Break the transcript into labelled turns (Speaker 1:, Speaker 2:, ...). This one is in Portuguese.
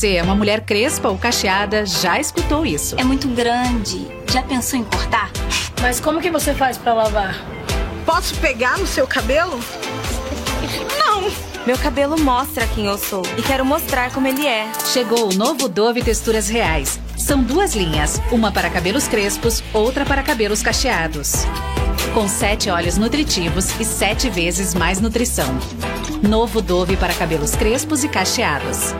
Speaker 1: Você é uma mulher crespa ou cacheada, já escutou isso.
Speaker 2: É muito grande. Já pensou em cortar?
Speaker 3: Mas como que você faz para lavar?
Speaker 4: Posso pegar no seu cabelo? Não!
Speaker 5: Meu cabelo mostra quem eu sou e quero mostrar como ele é.
Speaker 1: Chegou o novo Dove Texturas Reais. São duas linhas, uma para cabelos crespos, outra para cabelos cacheados. Com sete óleos nutritivos e sete vezes mais nutrição. Novo Dove para cabelos crespos e cacheados.